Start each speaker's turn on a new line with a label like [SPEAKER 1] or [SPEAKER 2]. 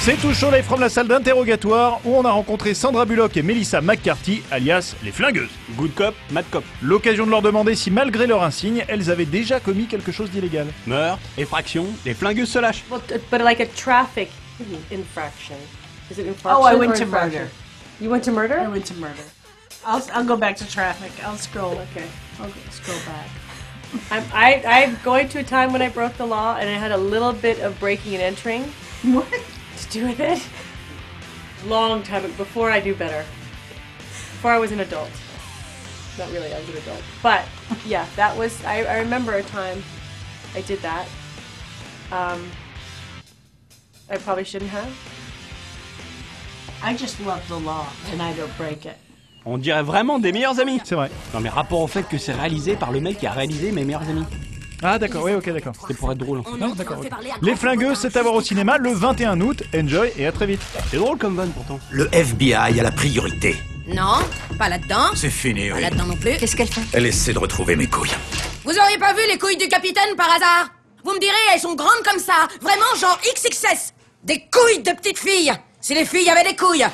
[SPEAKER 1] C'est tout chaud live from la salle d'interrogatoire où on a rencontré Sandra Bullock et Melissa McCarthy, alias les flingueuses.
[SPEAKER 2] Good cop, mad cop,
[SPEAKER 1] L'occasion de leur demander si malgré leur insigne, elles avaient déjà commis quelque chose d'illégal.
[SPEAKER 2] meurtre, effraction, les flingueuses se lâchent.
[SPEAKER 3] Well, t- but like a traffic infraction. Is it infraction?
[SPEAKER 4] Mm-hmm. Oh, I went
[SPEAKER 3] or
[SPEAKER 4] to
[SPEAKER 3] infraction?
[SPEAKER 4] murder.
[SPEAKER 3] You went to murder?
[SPEAKER 4] I went to murder. I'll, I'll go back to traffic. I'll scroll.
[SPEAKER 3] Okay.
[SPEAKER 4] I'll go- scroll back.
[SPEAKER 3] I'm, I, I'm going to a time when I broke the law and I had a little bit of breaking and entering
[SPEAKER 4] What?
[SPEAKER 3] to do with it. Long time ago, before I knew better. Before I was an adult. Not really, I was an adult. But yeah, that was, I, I remember a time I did that. Um, I probably shouldn't have.
[SPEAKER 4] I just love the law and I don't break it.
[SPEAKER 2] On dirait vraiment des meilleurs amis.
[SPEAKER 1] C'est vrai.
[SPEAKER 2] Non mais rapport au fait que c'est réalisé par le mec qui a réalisé mes meilleurs amis.
[SPEAKER 1] Ah d'accord, oui, ok, d'accord.
[SPEAKER 2] C'est pour être drôle.
[SPEAKER 1] Les flingueuses, c'est à voir au cinéma le 21 août. Enjoy et à très vite.
[SPEAKER 2] C'est drôle comme van pourtant.
[SPEAKER 5] Le FBI a la priorité.
[SPEAKER 6] Non, pas là-dedans.
[SPEAKER 5] C'est fini,
[SPEAKER 6] Pas
[SPEAKER 5] oui.
[SPEAKER 6] là-dedans non plus. Qu'est-ce qu'elle fait
[SPEAKER 5] Elle essaie de retrouver mes couilles.
[SPEAKER 6] Vous auriez pas vu les couilles du capitaine par hasard Vous me direz, elles sont grandes comme ça. Vraiment, genre XXS. Des couilles de petites filles. Si les filles avaient des couilles.